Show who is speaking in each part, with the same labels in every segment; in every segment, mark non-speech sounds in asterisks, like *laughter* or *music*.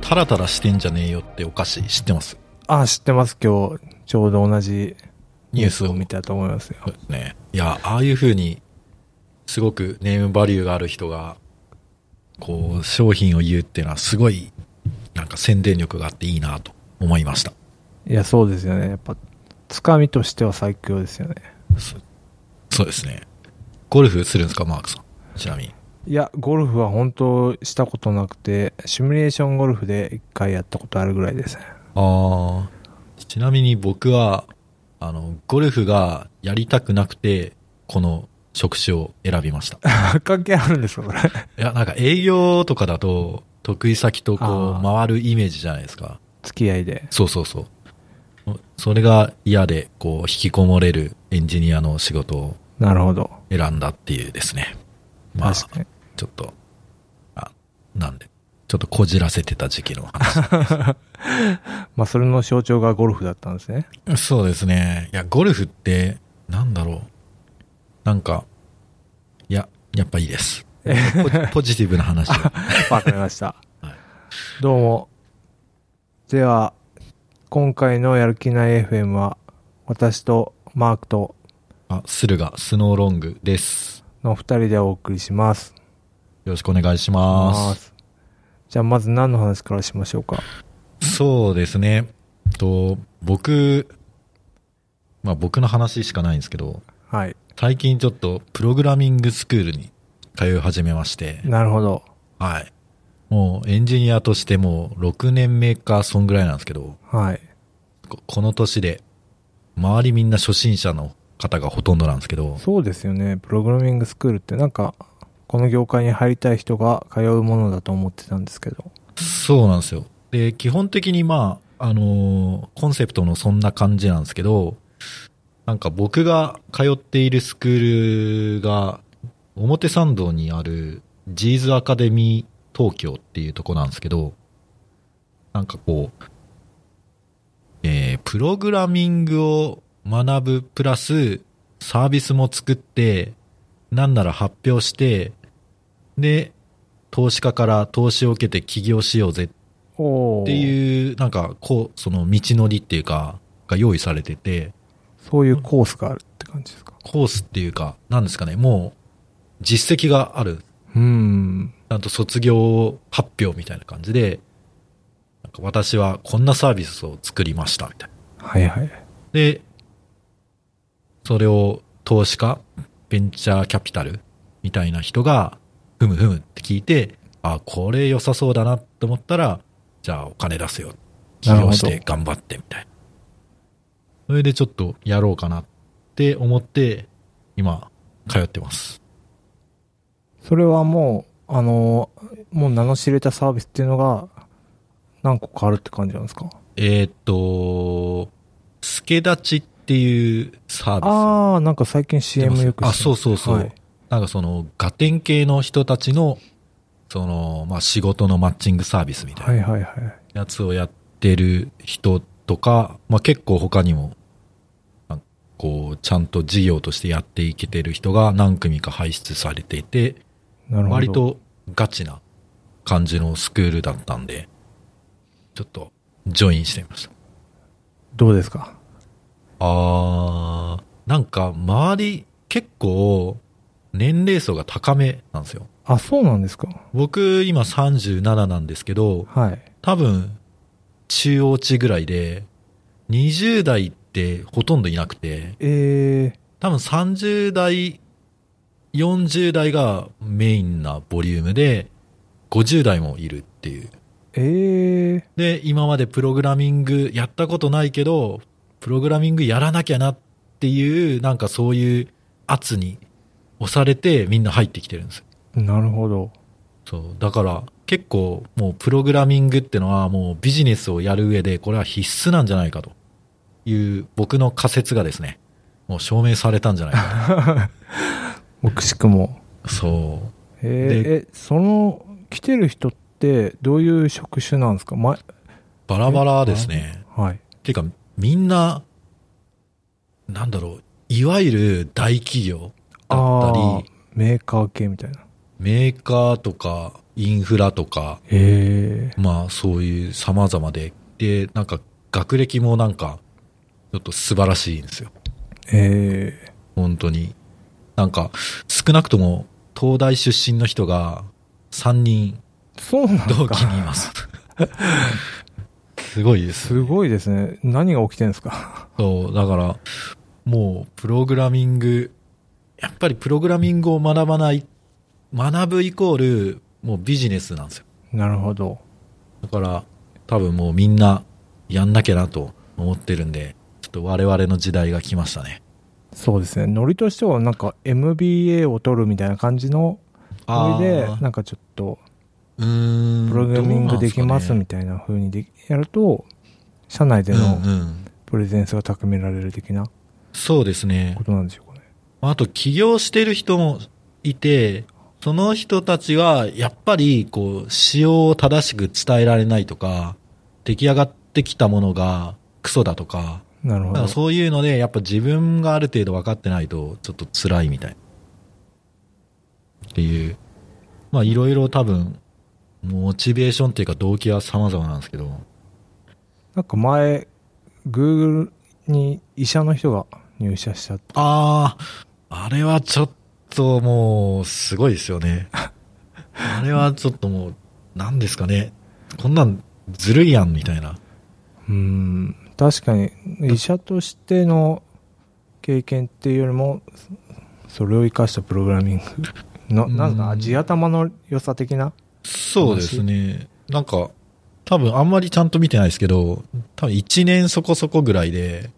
Speaker 1: タラタラしてんじゃねえよってお菓子知ってます
Speaker 2: あ、知ってます。今日、ちょうど同じ
Speaker 1: ニュースを
Speaker 2: 見たと思いますよ。
Speaker 1: ね。いや、ああいう風に、すごくネームバリューがある人が、こう、商品を言うっていうのはすごい、なんか宣伝力があっていいなと思いました。
Speaker 2: いや、そうですよね。やっぱ、つかみとしては最強ですよね。
Speaker 1: そそうですね。ゴルフするんですか、マークさん。ちなみに。
Speaker 2: いや、ゴルフは本当したことなくて、シミュレーションゴルフで一回やったことあるぐらいですね。
Speaker 1: ああ。ちなみに僕は、あの、ゴルフがやりたくなくて、この職種を選びました。
Speaker 2: 関係あるんですか、これ。
Speaker 1: いや、なんか営業とかだと、得意先とこ
Speaker 2: あ
Speaker 1: う、
Speaker 2: ー
Speaker 1: 回るイメージじゃないですか。
Speaker 2: *laughs* 付き合いで。
Speaker 1: そうそうそう。それが嫌で、こう、引きこもれるエンジニアの仕事を
Speaker 2: なるほど。
Speaker 1: 選んだっていうですね。まあ、
Speaker 2: 確か
Speaker 1: ち
Speaker 2: に。
Speaker 1: ょっと、あ、なんで、ちょっとこじらせてた時期の話。
Speaker 2: まあ、それの象徴がゴルフだったんですね。
Speaker 1: *laughs* そうですね。いや、ゴルフって、なんだろう。なんか、いや、やっぱいいです。ポジ *laughs* ポジティブな話を。
Speaker 2: *laughs* わかりました。
Speaker 1: はい
Speaker 2: どうも。では、今回のやる気ない FM は、私とマークと
Speaker 1: あ、スルがスノーロングです。
Speaker 2: の二人でお送りします。
Speaker 1: よろしくお願いします。
Speaker 2: じゃあ、まず何の話からしましょうか。
Speaker 1: そうですね。と、僕、まあ僕の話しかないんですけど、
Speaker 2: はい。
Speaker 1: 最近ちょっとプログラミングスクールに通い始めまして、
Speaker 2: なるほど。
Speaker 1: はい。もうエンジニアとしてもう6年目かそんぐらいなんですけど、
Speaker 2: はい。
Speaker 1: ここの年で、周りみんな初心者の方がほとんどなんですけど、
Speaker 2: そうですよね。プログラミングスクールってなんか、この業界に入りたい人が通うものだと思ってたんですけど。
Speaker 1: そうなんですよ。で、基本的にまあ、あのーコンセプトのそんな感じなんですけど、なんか僕が通っているスクールが、表参道にあるジーズアカデミー東京っていうとこなんですけど、なんかこう、えー、プログラミングを学ぶプラス、サービスも作って、なんなら発表して、で、投資家から投資を受けて起業しようぜっ
Speaker 2: おー
Speaker 1: ていう、なんか、こう、その道のりっていうか、が用意されてて、
Speaker 2: そういうコースがあるって感じですか。
Speaker 1: コースっていうか、なんですかね、もう、実績がある。
Speaker 2: うーん。
Speaker 1: ちゃんと卒業発表みたいな感じで、なんか私はこんなサービスを作りました、みたいな。
Speaker 2: はいはい。
Speaker 1: で、それを投資家、ベンチャーキャピタルみたいな人が、ふむふむって聞いて、あ、これ良さそうだなと思ったら、じゃあお金出せよ。起
Speaker 2: なるほ
Speaker 1: 業
Speaker 2: ど
Speaker 1: して頑張ってみたいな。それでちょっとやろうかなって思って、今、通ってます。
Speaker 2: それはもう、あの、もう名の知れたサービスっていうのが何個かあるって感じなんですか
Speaker 1: えーっと、助立ちっていうサービス。
Speaker 2: ああ、なんか最近 CM よく
Speaker 1: あ、そうそうそう。
Speaker 2: はい
Speaker 1: なんかその、ガテン系の人たちの、その、まあ、仕事のマッチングサービスみたい
Speaker 2: は
Speaker 1: ない
Speaker 2: はいはい。
Speaker 1: やつをやってる人とか、まあ、結構他にも、なんかこう、ちゃんと事業としてやっていけてる人が何組か輩出されていて、
Speaker 2: なるほど。
Speaker 1: 割。とガチな感じのスクールだったんで、ちょっと、ジョインしてみました。
Speaker 2: どうですか
Speaker 1: あー、なんか、周り、結構、年齢層が高めなんですよ。
Speaker 2: あ、そうなんですか
Speaker 1: 僕今37なんですけど、
Speaker 2: はい。
Speaker 1: 多分中央値ぐらいで、20代ってほとんどいなくて、
Speaker 2: え
Speaker 1: 多分30代、40代がメインなボリュームで、50代もいるっていう。
Speaker 2: ー、えー、
Speaker 1: で、今までプログラミングやったことないけど、プログラミングやらなきゃなっていう、なんかそういう圧に押されてみんな入ってきてるんですよ
Speaker 2: なるほど。
Speaker 1: そう。だから、結構、もうプログラミングってのは、もうビジネスをやる上で、これは必須なんじゃないかという、僕の仮説がですね、もう証明されたんじゃないか
Speaker 2: もうくしくも。 *laughs*
Speaker 1: と。そう。
Speaker 2: えー、え、その、来てる人ってどういう職種なんですかま、
Speaker 1: バラバラですね。
Speaker 2: はい。
Speaker 1: てか、みんな、なんだろう、いわゆる大企業だった
Speaker 2: あー
Speaker 1: り、
Speaker 2: メーカー系みたいな。
Speaker 1: メーカーとか、インフラとか、
Speaker 2: ええ
Speaker 1: まあそういう様々で、で、なんか学歴もなんか、ちょっと素晴らしいんですよ。
Speaker 2: ええ
Speaker 1: 本当に。なんか、少なくとも東大出身の人が3人
Speaker 2: そうなん
Speaker 1: 同
Speaker 2: だ。
Speaker 1: 期にいます。すごいです。
Speaker 2: すごいですね。何が起きてるんですか *laughs*
Speaker 1: そう、だから、もう、プログラミング、やっぱりプログラミングを学ばない、学ぶイコール、もうビジネスなんですよ。
Speaker 2: なるほど。
Speaker 1: だから、多分もうみんな、やんなきゃなと思ってるんで、ちょっと我々の時代が来ましたね。
Speaker 2: そうですね。ノリとしてはなんか MBA を取るみたいな感じのノリで、
Speaker 1: ー
Speaker 2: なんかちょっと
Speaker 1: うーん
Speaker 2: プログラミングできますみ
Speaker 1: み
Speaker 2: たいな風にできやると、社内で
Speaker 1: たいな
Speaker 2: の
Speaker 1: うんうん。
Speaker 2: プレゼンスが高められる的な
Speaker 1: そうですね
Speaker 2: こ。となんでしょうかね。
Speaker 1: あと、起業してる人もいて、その人たちは、やっぱり、こう、仕様を正しく伝えられないとか、出来上がってきたものがクソだとか、
Speaker 2: なる
Speaker 1: な
Speaker 2: ほ
Speaker 1: ん
Speaker 2: ど
Speaker 1: か。そういうので、やっぱ自分がある程度分かってないと、ちょっと辛いみたい。っていう。まあ、いろいろ多分、モチベーションっていうか動機は様々なんですけど、
Speaker 2: なんか前、Google に医者の人が入社したって。
Speaker 1: ああ、あれはちょっともう、すごいですよ *laughs* ね。あれはちょっともう、なんですかね。こんなんずるいやん、みたいな。
Speaker 2: うん。確かに、医者としての経験っていうよりも、そそれを生かしたプログラミングの、
Speaker 1: うん
Speaker 2: なんか、地頭の良さ的な
Speaker 1: そうですね。なんか、多分あんまりちゃんと見てないですけど、多分1年そこそこぐらいで、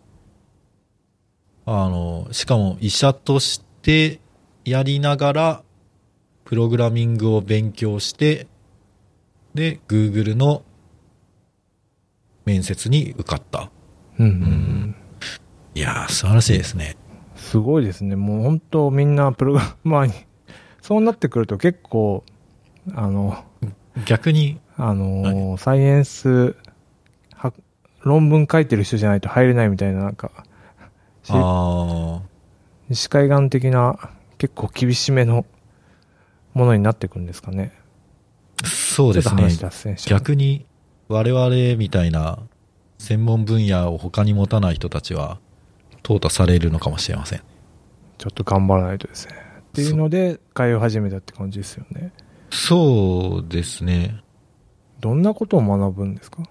Speaker 1: あの、しかも医者としてやりながら、プログラミングを勉強して、で、Google の面接に受かった。
Speaker 2: うんうん
Speaker 1: んいやー、素晴らしいですね。
Speaker 2: うん。すごいですね。もう本当みんなプログラマーに、 *laughs* そうなってくると結構、あの、
Speaker 1: 逆に、
Speaker 2: あのーサイエンス、は論文書いてる人じゃないと入れないみたいな、なんか、し
Speaker 1: あ
Speaker 2: 西海岸的な結構厳しめのものになってくんですかね。
Speaker 1: ー、そうです
Speaker 2: ちょっと
Speaker 1: ね
Speaker 2: 話。脱線しちゃう。
Speaker 1: 逆に、我々みたいな専門分野を他に持たない人たちは、淘汰されるのかもしれません。
Speaker 2: ちょっと頑張らないとですね。っていうので、通い始めたって感じですよね。
Speaker 1: そうですね。
Speaker 2: どんなことを学ぶんですか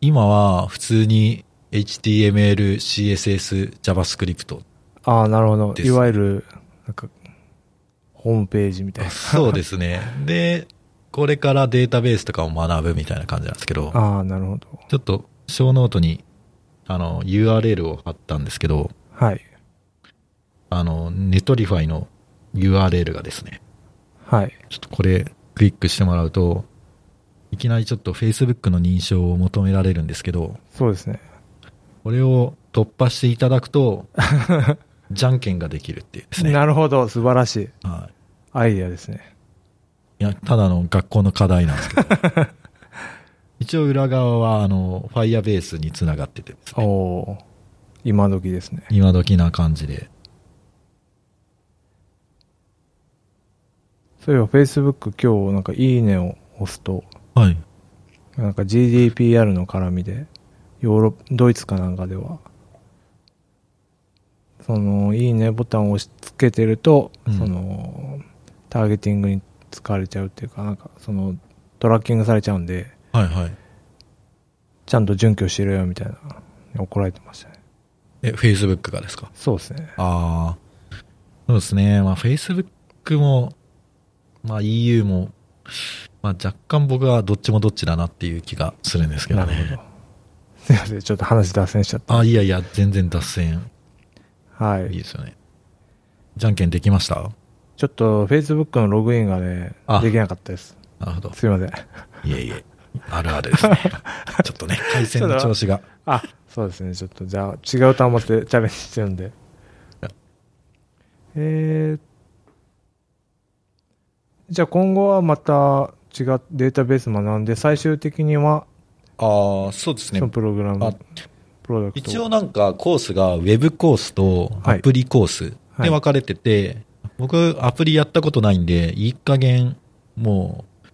Speaker 1: 今は普通に HTML、CSS、JavaScript。 *laughs*
Speaker 2: ああ、なるほど。
Speaker 1: です
Speaker 2: いわゆる、なんか、ホームページみたいな。
Speaker 1: そうですね。で、これからデータベースとかを学ぶみたいな感じなんですけど、
Speaker 2: ああ、なるほど。
Speaker 1: ちょっと小ノートにあの URL を貼ったんですけど、
Speaker 2: はい。
Speaker 1: あの、ネトリファイの URL がですね、
Speaker 2: はい。
Speaker 1: ちょっとこれクリックしてもらうと、いきなりちょっと Facebook の認証を求められるんですけど、
Speaker 2: そうですね。
Speaker 1: これを突破していただく
Speaker 2: *laughs*
Speaker 1: と、じゃんけんができるっていうですね。
Speaker 2: なるほど。素晴らしい。
Speaker 1: は
Speaker 2: アイディアですね。
Speaker 1: い、いや、ただの学校の課題なんですけど。
Speaker 2: *laughs*
Speaker 1: 一応裏側は、あの、Firebase につながっててです
Speaker 2: お
Speaker 1: ね。
Speaker 2: おー今時ですね。
Speaker 1: 今時な感じで。
Speaker 2: そういえば Facebook 今日なんかいいねを押すと、
Speaker 1: はい。
Speaker 2: なんか GDPR の絡みで、ヨーロッパ、ドイツかなんかでは、その、いいねボタンを押し付けてると、
Speaker 1: うん
Speaker 2: その、ターゲティングに使われちゃうっていうか、なんか、その、トラッキングされちゃうんで、
Speaker 1: はいはい。
Speaker 2: ちゃんと準拠しろよみたいな、怒られてましたね。
Speaker 1: え、Facebook がですか
Speaker 2: そうですね。
Speaker 1: ああ。そうですね。まあ、Facebook も、まあ、EU も、まあ、若干僕はどっちもどっちだなっていう気がするんですけど
Speaker 2: な
Speaker 1: ね。
Speaker 2: るほど。すいません、ちょっと話脱線しちゃった。
Speaker 1: あ、いやいや、全然脱線。
Speaker 2: はい
Speaker 1: い
Speaker 2: い。
Speaker 1: ですよね。じゃんけんできました
Speaker 2: ちょっと Facebook のログインがね
Speaker 1: あ、
Speaker 2: できなかったです。
Speaker 1: なるほど。
Speaker 2: すいません。
Speaker 1: いえいえ。あるあるです
Speaker 2: *laughs*
Speaker 1: ね。ちょっとね、回線の調子が。
Speaker 2: あ、そうですね。ちょっとじゃあ違う端末でチャレンジしてるんで
Speaker 1: や。
Speaker 2: えー、じゃあ今後はまた違うデータベース学んで、最終的には
Speaker 1: ああ、そうです
Speaker 2: そのプログラム、
Speaker 1: あ
Speaker 2: プロダクトを
Speaker 1: 一応なんかコースがウェブコースと
Speaker 2: はい
Speaker 1: アプリコースで分かれてて、僕アプリやったことないんで、いい加減もう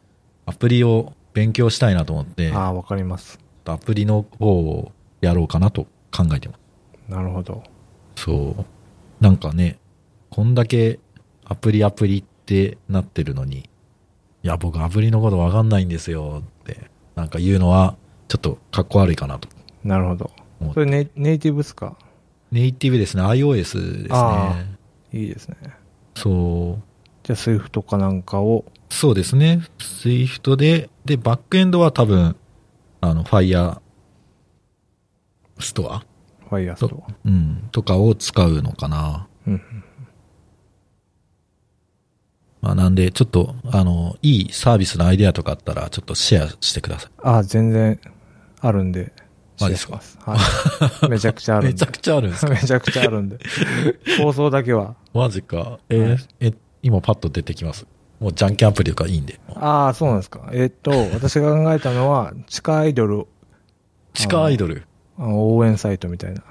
Speaker 1: アプリを勉強したいなと思って、
Speaker 2: ああ、わかります。
Speaker 1: アプリの方をやろうかなと考えてま
Speaker 2: なるほど。
Speaker 1: す。そう。なんかね、こんだけアプリアプリってなってるのに、いや、僕アプリのことわかんないんですよって、なんか言うのは、ちょっとかっこ悪いかなと
Speaker 2: なるほど。
Speaker 1: 思っ
Speaker 2: そ
Speaker 1: て。
Speaker 2: れネネイティブっすか
Speaker 1: ネイティブですね、iOS です
Speaker 2: あ
Speaker 1: ね。
Speaker 2: いいですね。
Speaker 1: そう。
Speaker 2: じゃあ、スイフトかなんかを。
Speaker 1: そうですね。Swift で、で、バックエンドは多分、あの、Fire ストア
Speaker 2: ファイアスト。
Speaker 1: うん。とかを使うのかな。
Speaker 2: うん。
Speaker 1: まあ、なんで、ちょっと、あの、いいサービスのアイデアとかあったら、ちょっとシェアしてくださ
Speaker 2: ああ、全然あるんで。
Speaker 1: マジっすか
Speaker 2: 知ってますはい。めちゃくちゃあ
Speaker 1: い。
Speaker 2: る
Speaker 1: め *laughs*
Speaker 2: ん
Speaker 1: ちゃ
Speaker 2: で。
Speaker 1: くちゃあるんですか
Speaker 2: *laughs* めちゃくちゃあるんで。放送だけは。
Speaker 1: マジか。えー
Speaker 2: はい
Speaker 1: え、今パッと出てきます。もうジャンケンアプリとかいいんで。
Speaker 2: ああ、そうなんですか。えっと、私が考えたのは、地下アイドル
Speaker 1: 地下アイドル。
Speaker 2: あの応援サイトみたいな。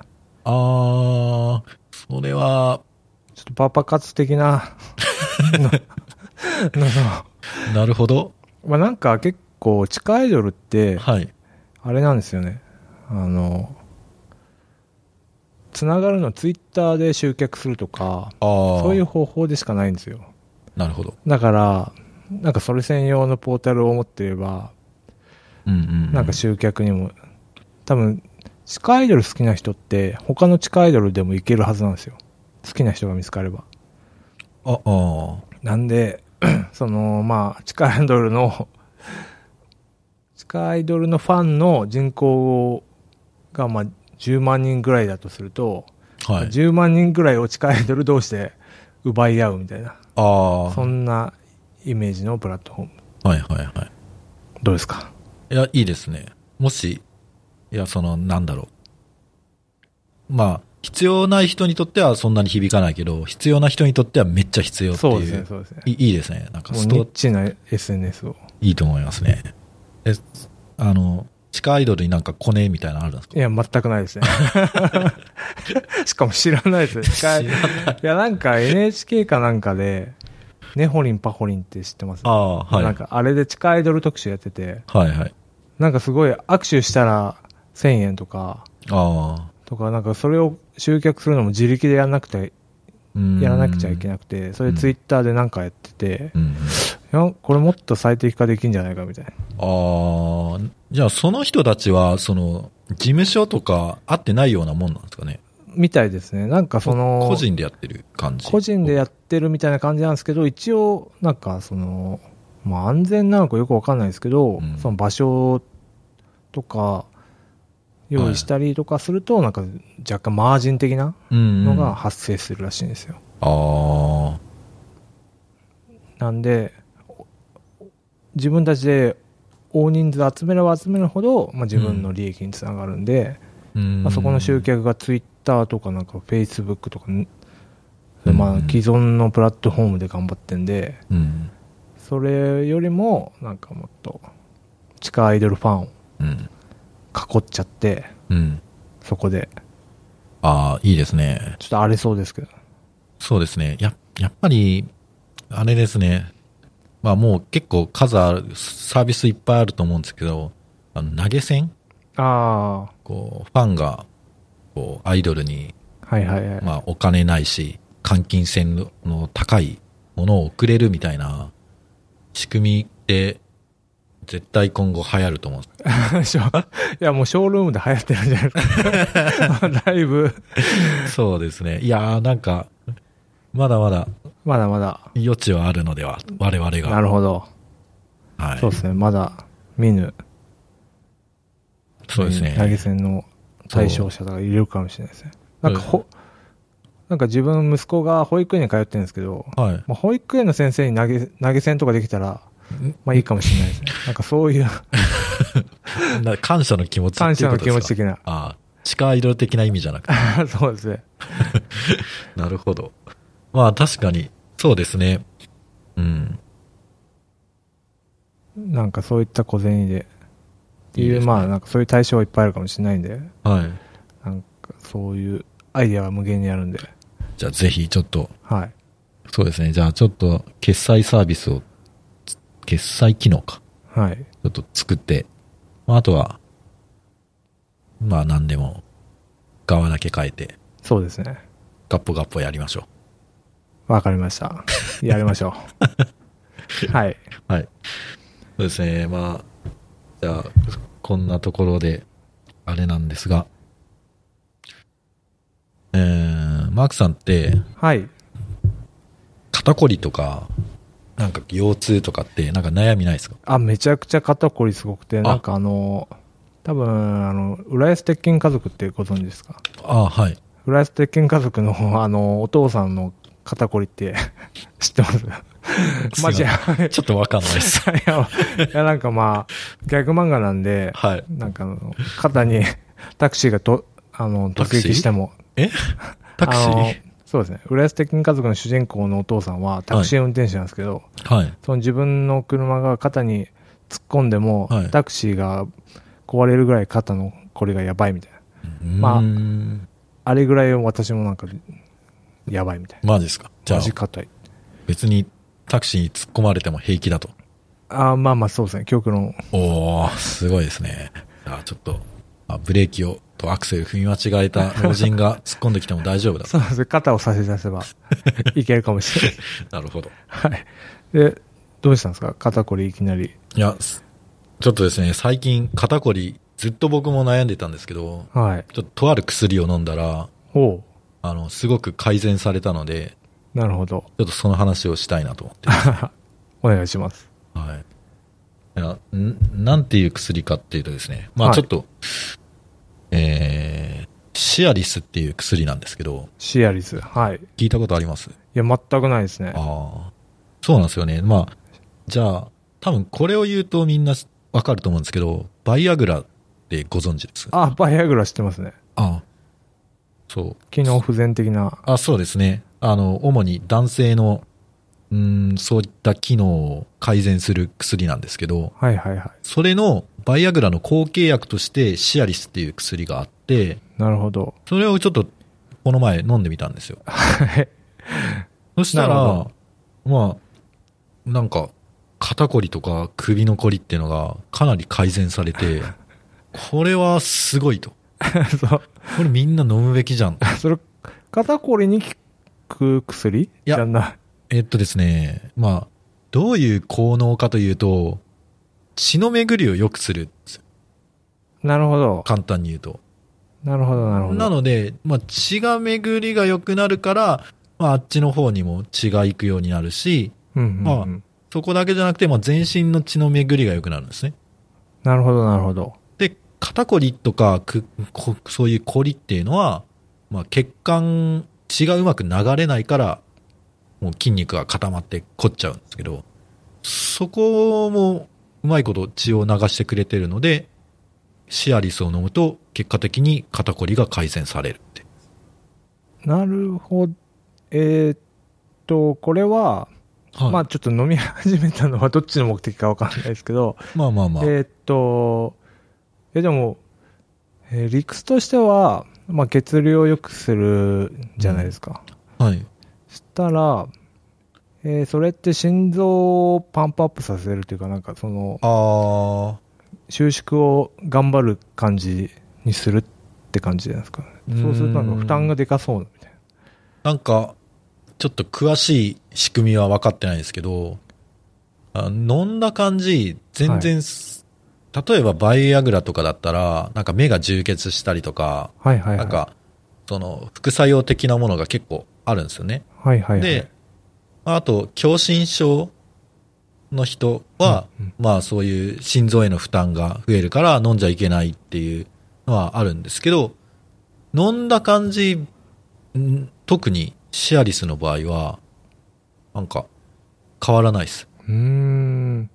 Speaker 1: あー、それは、
Speaker 2: ちょっとパパ活的なの、のの
Speaker 1: なるほど。
Speaker 2: まあなんか結構地下アイドルって、
Speaker 1: はい。
Speaker 2: あれなんですよね。あの、つながるのツイッターで集客するとか、
Speaker 1: あー、
Speaker 2: そういう方法でしかないんですよ。
Speaker 1: なるほど。
Speaker 2: だから、なんかそれ専用のポータルを持ってれば、
Speaker 1: うんうん、うん。
Speaker 2: なんか集客にも、多分、地下アイドル好きな人って、他の地下アイドルでもいけるはずなんですよ。好きな人が見つかれば。
Speaker 1: あ、あー
Speaker 2: なんで、 *clears throat* その、まあ、地下アイドルの、地下アイドルのファンの人口が、まあ、10万人ぐらいだとすると、
Speaker 1: はい。
Speaker 2: 10万人ぐらいを地下アイドル同士で奪い合うみたいな、
Speaker 1: あ
Speaker 2: そんなイメージのプラットフォーム。
Speaker 1: あ。はいはいは
Speaker 2: どうですか
Speaker 1: い。いや、いいですね。もし、いや、その、なんだろう。まあ、必要ない人にとってはそんなに響かないけど、必要な人にとってはめっちゃ必要っていう。
Speaker 2: そうですね、そうですね。
Speaker 1: いいいですね。なんか
Speaker 2: もう
Speaker 1: ス
Speaker 2: ニッ
Speaker 1: ト、
Speaker 2: チな SNS を。
Speaker 1: いいと思いますね。え、あの、地下アイドルになんかコネみたいなのあるんですか
Speaker 2: いや、全くないですね。しかも知らないですね。一回いや、なんか NHK かなんかで、ねほりんぱほりんって知ってます
Speaker 1: あ *laughs* あ、はい。
Speaker 2: なんかあれで地下アイドル特集やってて、
Speaker 1: はいはい。
Speaker 2: なんかすごい握手したら1000円とか、
Speaker 1: ああ。
Speaker 2: とか、なんかそれを集客するのも自力でやらなくて、やらなくちゃいけ
Speaker 1: ない。
Speaker 2: なくて、それツイッターでなんかやってて、
Speaker 1: うん。
Speaker 2: いやこれもっと最適化できんじゃないかみたいな。
Speaker 1: ああ。じゃあ、その人たちは、その、事務所とか会ってないようなもんなんですかね
Speaker 2: みたいですね。なんかその、
Speaker 1: 個人でやってる感じ。
Speaker 2: 個人でやってるみたいな感じなんですけど、一応、なんかその、まあ安全なのかよくわかんないですけ
Speaker 1: う
Speaker 2: ど、
Speaker 1: ん
Speaker 2: その場所とか用意したりとかすると、なんか若干マージン的な
Speaker 1: うんう
Speaker 2: の
Speaker 1: ん、
Speaker 2: が
Speaker 1: あ
Speaker 2: 発生するらしいんですよ。
Speaker 1: あ。
Speaker 2: なんで、自分たちで大人数集めれば集めるほど、まあ、自分の利益につながるんで、
Speaker 1: うん
Speaker 2: まあ、そこの集。客が Twitter とかなんか Facebook とか、
Speaker 1: うん
Speaker 2: まあ、既存のプラットフォームで頑張ってんで、
Speaker 1: うん。
Speaker 2: それよりもなんかもっと地下アイドルファンを
Speaker 1: うん。
Speaker 2: 囲っちゃって
Speaker 1: うん。
Speaker 2: そこで
Speaker 1: ああ、いいですね。
Speaker 2: ちょっと荒れそうですけど
Speaker 1: そうですね。や、やっぱり、あれですね。まあもう結構数ある、サービスいっぱいあると思うんですけど、あの、投げ銭
Speaker 2: あ
Speaker 1: こう、ファンが、こう、アイドルに、
Speaker 2: あはいはいはい、
Speaker 1: まあお金ないし、換金線の高いものを送れるみたいな仕組みって、絶対今後流行ると思うんです
Speaker 2: *laughs* いやもうショールームで流行ってるんじゃな
Speaker 1: *laughs*
Speaker 2: いですかだいぶ
Speaker 1: そうですね。いやーなんか、まだまだ
Speaker 2: まだまだ
Speaker 1: 余地はあるのでは、我々が。
Speaker 2: なるほど
Speaker 1: はい。
Speaker 2: そうですねまだ見ぬ
Speaker 1: そうです
Speaker 2: 投げ
Speaker 1: ね。
Speaker 2: 銭の対象者がいるかもしれないですねなんかほ、なんか自分息子が保育園に通ってるんですけど
Speaker 1: はい。
Speaker 2: まあ、保育園の先生に投げ、投げ銭とかできたら
Speaker 1: ん、
Speaker 2: まあいいかもしれない
Speaker 1: *laughs*
Speaker 2: ですね。なんかそういう
Speaker 1: な感謝の気持ち
Speaker 2: 感謝の気持ち
Speaker 1: 的
Speaker 2: 的な。
Speaker 1: ああ、地下アイドル的な意味じゃな
Speaker 2: *laughs*
Speaker 1: くて。
Speaker 2: そうですね。
Speaker 1: なるほど。まあ確かに、そうですね。うん。
Speaker 2: なんかそういった小銭で、っていう、
Speaker 1: いいですね
Speaker 2: まあなんかそういう対象はいっぱいあるかもしれないんで、
Speaker 1: はい。
Speaker 2: なんかそういうアイデアは無限にあるんで、
Speaker 1: じゃあぜひちょっと、
Speaker 2: はい。
Speaker 1: そうですね。じゃあちょっと、決済サービスを、決済機能か。
Speaker 2: はい。
Speaker 1: ちょっと作って、まあ、あとは、まあ何でも、側だけ変えて、
Speaker 2: そうですね。
Speaker 1: ガッポガッポやりましょ
Speaker 2: わかりました。やりましょ
Speaker 1: *laughs*
Speaker 2: う。はい。
Speaker 1: う。はい。そうですね、まあ、じゃあ、こんなところで、あれなんですが、えー、マークさんって、
Speaker 2: はい。
Speaker 1: 肩こりとか、なんか腰痛とかって、なんか悩みないですか
Speaker 2: あ、めちゃくちゃ肩こりすごくて、
Speaker 1: あ
Speaker 2: なんかあの、多分、あの、浦安鉄筋家族ってご存知ですか
Speaker 1: ああ、はい。
Speaker 2: 浦安鉄筋家族の、あの、お父さんの肩こりって *laughs* 知ってますマジ
Speaker 1: すい *laughs*
Speaker 2: や。
Speaker 1: ちょっとわかんないです。
Speaker 2: いや、いやなんかまあ、ギャグ漫画なんで、
Speaker 1: *laughs* はい。
Speaker 2: なんかあの、肩に *laughs* タクシーがと、あの、
Speaker 1: タクシ
Speaker 2: 突
Speaker 1: ー
Speaker 2: 撃しても。
Speaker 1: えタクシ
Speaker 2: あの
Speaker 1: ー
Speaker 2: そうですね。浦安鉄筋家族の主人公のお父さんはタクシー運転手なんですけど、
Speaker 1: はい。
Speaker 2: その自分の車が肩に突っ込んでも、
Speaker 1: はい
Speaker 2: タクシーが壊れるぐらい肩のこれがやばいみたいな。まあ
Speaker 1: うーん
Speaker 2: あれぐらい私もなんか、やばいみたい
Speaker 1: マジですかじ
Speaker 2: な。
Speaker 1: ゃあ
Speaker 2: マ、ジ硬い。
Speaker 1: 別にタクシーに突っ込まれても平気だと。
Speaker 2: あーまあまあそうですね。極論。
Speaker 1: おー、すごいですね。じゃあ、ちょっと、あブレーキを、とアクセル踏み間違えた老人が突っ込んできても大丈夫だと。
Speaker 2: そうですね。肩を差し出せばいけるかもしれない。
Speaker 1: *laughs* なるほど。
Speaker 2: はい。で、どうしたんですか肩こりいきなり。
Speaker 1: いや、すちょっとですね、最近肩こり、ずっと僕も悩んでたんですけど、
Speaker 2: はい。
Speaker 1: ちょっととある薬を飲んだら、
Speaker 2: おう。
Speaker 1: あの、すごく改善されたので、
Speaker 2: なるほど。 *laughs*
Speaker 1: ちょっとその話をしたいなと思って。
Speaker 2: お願いします。
Speaker 1: はい。いや、んなんていう薬かっていうとですね、まあ
Speaker 2: はい
Speaker 1: ちょっと、えー、シアリスっていう薬なんですけど、
Speaker 2: シアリス。はい。い
Speaker 1: 聞いたことあります
Speaker 2: や、全くないですね。
Speaker 1: ああ。そうなんですよね。まあ、じゃあ、多分これを言うとみんなわかると思うんですけど、バイアグラってご存知ですあ
Speaker 2: あ、バイアグラ知ってますね。
Speaker 1: あ。そう。
Speaker 2: 機能不全的な。
Speaker 1: あ、そうですね。あの、主に男性の、うーん、そういった機能を改善する薬なんですけど、
Speaker 2: はいはいは
Speaker 1: それのバイアグラの後継薬としてシアリスっていう薬があって、
Speaker 2: い。なる
Speaker 1: *laughs*
Speaker 2: ほど。
Speaker 1: それをちょっとこの前飲んでみたんです
Speaker 2: *laughs*
Speaker 1: よ。
Speaker 2: はい。
Speaker 1: そした
Speaker 2: なる
Speaker 1: ら、まあ、なんか、肩こりとか首のこりっていうのがかなり改善され
Speaker 2: *laughs*
Speaker 1: て、これはすごいと。
Speaker 2: そう。
Speaker 1: これみんな飲むべきじゃん。
Speaker 2: それ、肩こりに効く薬
Speaker 1: や
Speaker 2: じゃな
Speaker 1: えっとですね、まあ、どういう効能かというと、血の巡りを良くするんですよ。
Speaker 2: なるほど。
Speaker 1: 簡単に言うと。
Speaker 2: なるほど、なるほど。
Speaker 1: なので、まあ、血が巡りが良くなるから、まあ、あっちの方にも血が行くようになるし、
Speaker 2: うんうんうん
Speaker 1: まあそこだけじゃなくて、まあ、全身の血の巡りが良くなるんですね。
Speaker 2: なるほど、なるほど。
Speaker 1: で、肩こりとか、くこそういうこりっていうのは、まあ、血管、血がうまく流れないから、もう筋肉が固まって凝っちゃうんですけど、そこもうまいこと血を流してくれてるので、シアリスを飲むと結果的に肩こりが改善されるって。
Speaker 2: なるほど。えーっと、これは、
Speaker 1: はい、
Speaker 2: まあちょっと飲み始めたのはどっちの目的かわかんないですけど、
Speaker 1: まあまあまあ。
Speaker 2: えーっと、え、でも、えー理屈としては、まあ血流を良くするじゃないですか。
Speaker 1: はい。
Speaker 2: したら、えーそれって心臓をパンプアップさせるというか、なんかその、
Speaker 1: あ
Speaker 2: 収縮を頑張る感じにするって感じじゃないですか。そうするとなんか負担がでかそうなみたいな。
Speaker 1: なんか、ちょっと詳しい仕組みは分かってないですけど、あ飲んだ感じ、全然す、例えばバイアグラとかだったら、なんか目が充血したりとか、
Speaker 2: はいはいはい。
Speaker 1: なんか、その、副作用的なものが結構あるんですよね。
Speaker 2: はいはいはい。
Speaker 1: で、あと、狭心症の人は、
Speaker 2: うんうん
Speaker 1: まあそういう心臓への負担が増えるから飲んじゃいけないっていうのはあるんですけど、飲んだ感じ、ん特にシアリスの場合は、なんか変わらないです。
Speaker 2: うーん。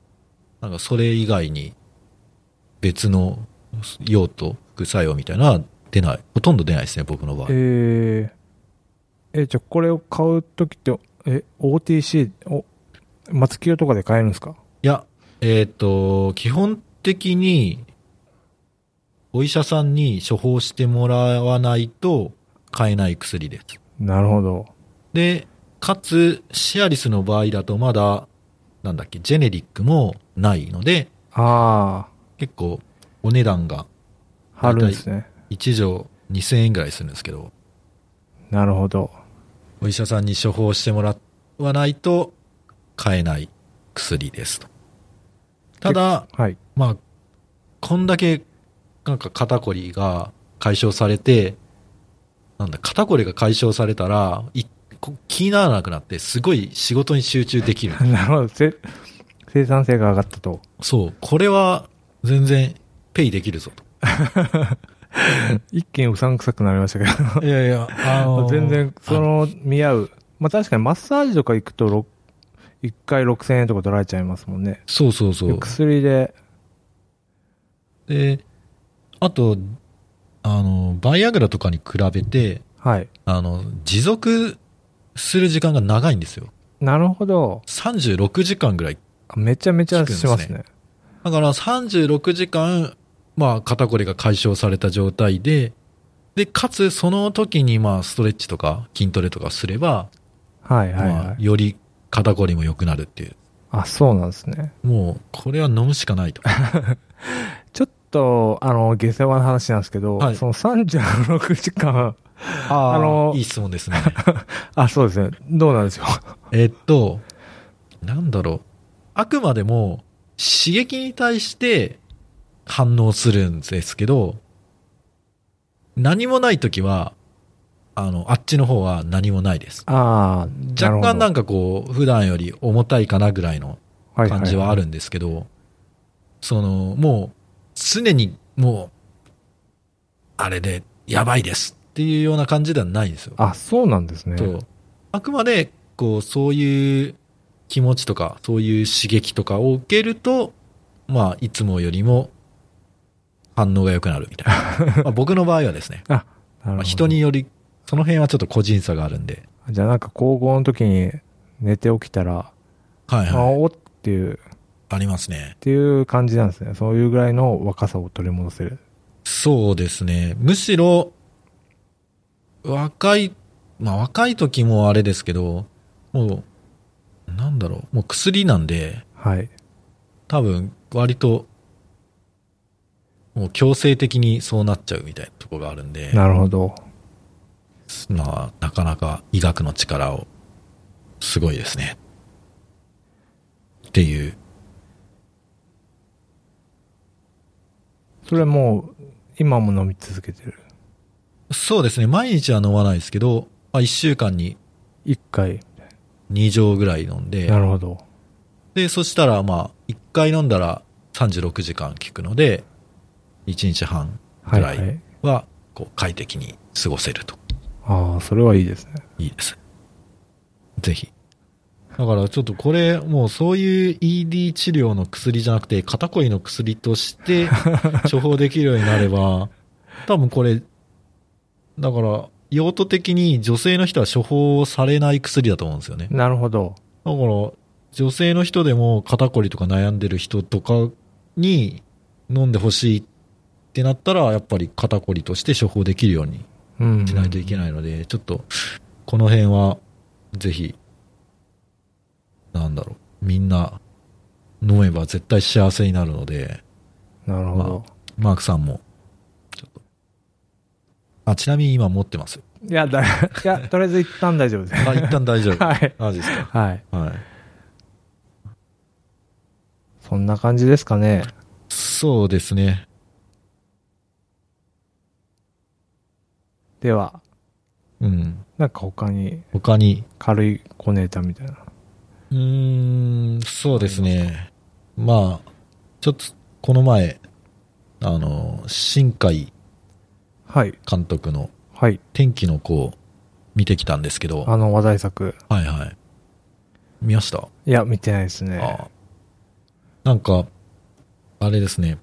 Speaker 1: なんかそれ以外に別の用途、副作用みたいなのは出ない。ほとんど出ないですね、僕の場合。
Speaker 2: えー、え、じゃあこれを買うときって、え、OTC、お、松清とかで買えるんですか
Speaker 1: いや、えっ、と、基本的に、お医者さんに処方してもらわないと買えない薬です。
Speaker 2: なるほど。
Speaker 1: で、かつ、シアリスの場合だとまだ、なんだっけ、ジェネリックもないので、
Speaker 2: あ
Speaker 1: 結構お値段が
Speaker 2: あ、貼るんですね。
Speaker 1: 1錠2000円ぐらいするんですけど、
Speaker 2: なるほど。
Speaker 1: お医者さんに処方してもらわないと買えない薬ですと。ただ、
Speaker 2: はい。 *laughs*
Speaker 1: まあ、こんだけ、なんか肩こりが解消されて、なんだ、肩こりが解消されたら、いこ気にならなくなって、すごい仕事に集中できる。
Speaker 2: なるほど。せ生産性が上がったと。
Speaker 1: そう、これは全然ペイできるぞと。
Speaker 2: *laughs* 一見うさんくさくなりましたけど。
Speaker 1: いやいや、あ
Speaker 2: *laughs* 全然、その、見合う。まあ確かにマッサージとか行くと、ろ一回6000円とか取られちゃいますもんね。
Speaker 1: そうそうそう。
Speaker 2: 薬で、
Speaker 1: で、あと、あの、バイアグラとかに比べて、
Speaker 2: はい。
Speaker 1: あの、持続する時間が長いんですよ。
Speaker 2: なるほど。
Speaker 1: 36時間ぐらい。
Speaker 2: あめちゃめちゃし
Speaker 1: 効
Speaker 2: ま
Speaker 1: くんです
Speaker 2: すね。
Speaker 1: だから36時間、まあ、肩こりが解消された状態で、で、かつ、その時に、まあ、ストレッチとか筋トレとかすれば、
Speaker 2: はいはい
Speaker 1: ま
Speaker 2: は
Speaker 1: あ、
Speaker 2: い。
Speaker 1: より肩こりも良くなるっていう。
Speaker 2: あ、そうなんですね。
Speaker 1: もう、これは飲むしかないと。
Speaker 2: ちょっと、あの、下世話の話なんですけど、
Speaker 1: はい
Speaker 2: その36時間、 *laughs*
Speaker 1: あ
Speaker 2: あの
Speaker 1: いい質問ですね。 *laughs*
Speaker 2: あ、そうですね。どうなんで *laughs* しょ
Speaker 1: えっと、なんだろう。あくまでも刺激に対して反応するんですけど、何もないときは、あの、あっちの方は何もないです。
Speaker 2: う。ああ、
Speaker 1: 若干なんんかこう、普段より重たいかなぐらいの
Speaker 2: か
Speaker 1: 感じはあ
Speaker 2: る
Speaker 1: るんですけど、その、もう、常にもう、あれで、やばいですっていうような感じではないんですよ。
Speaker 2: ほど。あ、そうなんですね。
Speaker 1: そう。あくまで、こう、そういう気持ちとか、そういう刺激とかを受けると、まあ、いつもよりも反応が良くなるみたい
Speaker 2: *laughs*
Speaker 1: な。まあ僕の場合はですね、
Speaker 2: あ、なるほ
Speaker 1: ま
Speaker 2: ど
Speaker 1: あ、人に。より、その辺はちょっと個人差があるんで、
Speaker 2: じゃあなんか高校の時に寝て起きたら、
Speaker 1: はい
Speaker 2: あ
Speaker 1: はい。
Speaker 2: おっていう、っ
Speaker 1: ありますね。
Speaker 2: ていう感じなんですね。そういうぐらいの若さを取り戻せる。
Speaker 1: そうですね。むしろ、若い、まあ若い時もあれですけど、もう、なんだろう、もう薬なんで、
Speaker 2: はい。
Speaker 1: 多分割ともう強制的にそうなっちゃうみたいなとこがあるんで、
Speaker 2: なるほど。
Speaker 1: まあ、なかなか医学の力をすごいですね。っていう。
Speaker 2: それもう、今も飲み続けてる。
Speaker 1: そうですね。毎日は飲まないですけど、まあ、1週間に
Speaker 2: 一回。
Speaker 1: 2錠ぐらい飲んで
Speaker 2: な、るほど。
Speaker 1: で、そしたらまあ、1回飲んだら36時間効くので、1日半
Speaker 2: は
Speaker 1: ぐ
Speaker 2: い、
Speaker 1: ら
Speaker 2: はいい。
Speaker 1: は、こう、快適に過ごせると。
Speaker 2: ああ、それはいいですね。
Speaker 1: いいです。ぜひ。だからちょっとこれ、もうそういう ED 治療の薬じゃなくて、肩こりの薬として *laughs* 処方できるようになれば、多分これ、だから、用途的に女性の人は処方されない薬だと思うんですよね。だか
Speaker 2: なるほど。
Speaker 1: ら、女性の人でも肩こりとか悩んでる人とかに飲んでほしいってなったら、やっぱり肩こりとして処方できるように
Speaker 2: うん。
Speaker 1: しないといけないので、ちょっと、この辺は、ぜひ、なんだろう、みんな、飲めば絶対幸せになるので、
Speaker 2: なるほど。
Speaker 1: マークさんも、ちょっと。あ、ちなみに今持ってます。
Speaker 2: いや、だ、いや、とりあえず一旦大丈夫です。
Speaker 1: あ、一旦大丈
Speaker 2: *laughs*
Speaker 1: 夫。
Speaker 2: はい。
Speaker 1: マジですか。
Speaker 2: はい。
Speaker 1: はい。
Speaker 2: そんな感じですかね。
Speaker 1: そうですね。
Speaker 2: では、
Speaker 1: うん。
Speaker 2: なんか他に
Speaker 1: 他に、
Speaker 2: 軽い小ネタみたいな。
Speaker 1: うーん、そうですね。まあ、ちょっと、この前、あの、新海
Speaker 2: はい。
Speaker 1: 監督の
Speaker 2: はい。
Speaker 1: 天気の子を見てきたんですけど、
Speaker 2: あの話題作。
Speaker 1: はいはい。見ました、
Speaker 2: いや、見てないですね。
Speaker 1: ああなんか、あれですね。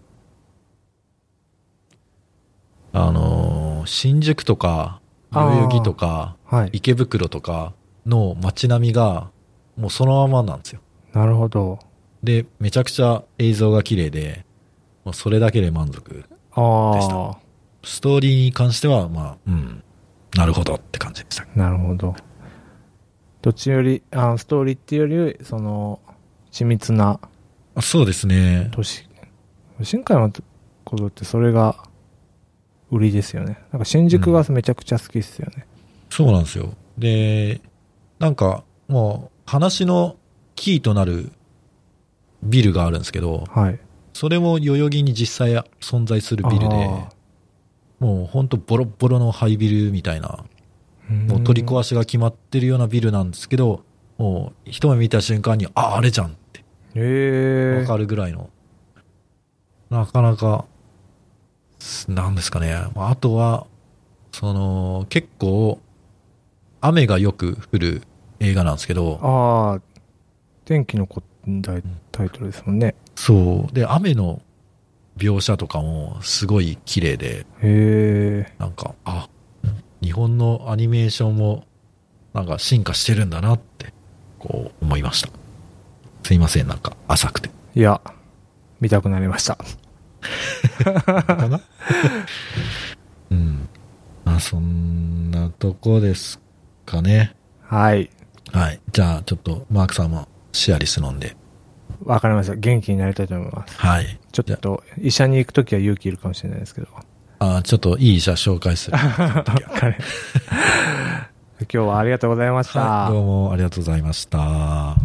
Speaker 1: あのー新宿とか、代々木とか、
Speaker 2: はい。
Speaker 1: 池袋とかの街並みが、もうそのままなんですよ。
Speaker 2: なるほど。
Speaker 1: で、めちゃくちゃ映像が綺麗で、もうそれだけで満足。でし
Speaker 2: あ
Speaker 1: ストーリーに関しては、まあ、うん、なるほどって感じでした。
Speaker 2: あ、なるほど。どっちより、あのストーリーっていうより、その、緻密な
Speaker 1: あそうですね。
Speaker 2: 都市新海誠ってそれが売りですよね。なんか新宿がめちゃくちゃ好きっすよね。
Speaker 1: そうなんですよ。で、なんか、もう、話のキーとなるビルがあるんですけど、
Speaker 2: はい。
Speaker 1: それも代々木に実際存在するビルで、
Speaker 2: あ
Speaker 1: もうほんとボロッボロの廃ビルみたいな、
Speaker 2: ー
Speaker 1: もう取り
Speaker 2: ん
Speaker 1: 壊しが決まってるようなビルなんですけど、もう一目見た瞬間に、あ、あれじゃんって
Speaker 2: へ
Speaker 1: わ
Speaker 2: え。
Speaker 1: かるぐらいの、なかなか、すなんですかね。まああとは、その、結構、雨がよく降る映画なんですけど、
Speaker 2: ああ、天気のこタイタイトルですもんね。
Speaker 1: そう。で、雨の描写とかもすごい綺麗で、
Speaker 2: へえ。
Speaker 1: なんか、あ、日本のアニメーションも、なんか進化してるんだなって、こう思いました。すいません、なんか浅くて。
Speaker 2: いや、見たくなりました。
Speaker 1: かなうん。まあ、そんなとこですかね。
Speaker 2: はい。
Speaker 1: はい。じゃあ、ちょっとマークさんもシアリス飲んで。
Speaker 2: わかりました。元気になりたいと思います。
Speaker 1: はい。
Speaker 2: ちょっと、医者に行くときは勇気いるかもしれないです
Speaker 1: *laughs*
Speaker 2: けど。
Speaker 1: あちょっといい医者紹介する。は
Speaker 2: わかる *laughs* 今日はありがとうございました。
Speaker 1: い。どうもありがとうございました。